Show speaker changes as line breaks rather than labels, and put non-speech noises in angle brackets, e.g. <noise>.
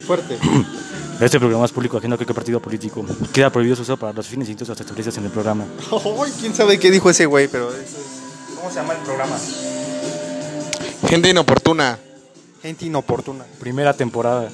Fuerte.
Este programa es público ajeno a cualquier partido político. Queda prohibido su uso para los fines ilícitos hasta establecidos en el programa.
<clears throat> Ay, ¿Quién sabe qué dijo ese güey? Pero eso es
¿Cómo se llama el programa?
Gente inoportuna.
gente inoportuna.
Primera temporada.